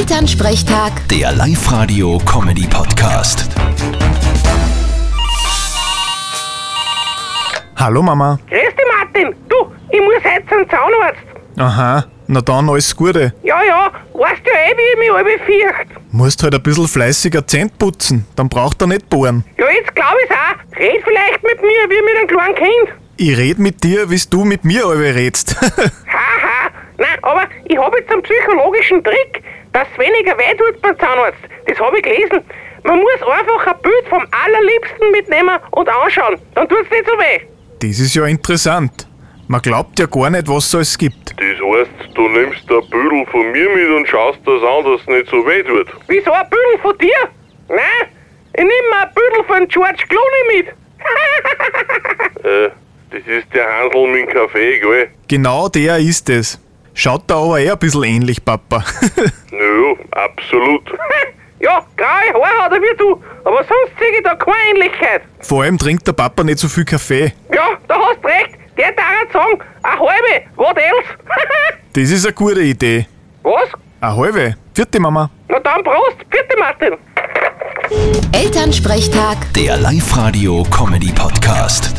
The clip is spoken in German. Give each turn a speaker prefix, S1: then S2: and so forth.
S1: Elternsprechtag,
S2: Der Live-Radio-Comedy-Podcast.
S3: Hallo Mama.
S4: Grüß dich, Martin. Du, ich muss heute zum Zahnarzt.
S3: Aha, na dann alles Gute.
S4: Ja, ja, weißt ja eh, wie ich mich alle fürcht.
S3: Musst halt ein bisschen fleißiger Zähne putzen, dann braucht er nicht bohren.
S4: Ja, jetzt glaube ich's auch. Red vielleicht mit mir wie mit einem kleinen Kind.
S3: Ich red mit dir, wie du mit mir alle redst.
S4: Haha. Nein, aber ich habe jetzt einen psychologischen Trick, dass weniger weh tut beim Zahnarzt. Das habe ich gelesen. Man muss einfach ein Bild vom Allerliebsten mitnehmen und anschauen. Dann tut's nicht so weh.
S3: das ist ja interessant. Man glaubt ja gar nicht, was es alles gibt.
S5: Das heißt, du nimmst ein Büdel von mir mit und schaust das an, dass es nicht so weh tut.
S4: Wieso ein Büdel von dir? Nein, ich nehme mir ein Büdel von George Clooney mit.
S5: Äh, das ist der Hansel mit dem Kaffee, gell?
S3: Genau der ist es. Schaut da aber eh ein bisschen ähnlich, Papa.
S5: Naja, absolut.
S4: Ja, graue Haare hat er wie du, aber sonst sehe ich da keine Ähnlichkeit.
S3: Vor allem trinkt der Papa nicht so viel Kaffee.
S4: Ja, da hast recht, der darf sagen, eine halbe, what else?
S3: Das ist eine gute Idee.
S4: Was?
S3: Eine halbe. Vierte Mama.
S4: Na dann Prost, bitte Martin.
S1: Elternsprechtag.
S2: Der Live-Radio-Comedy-Podcast.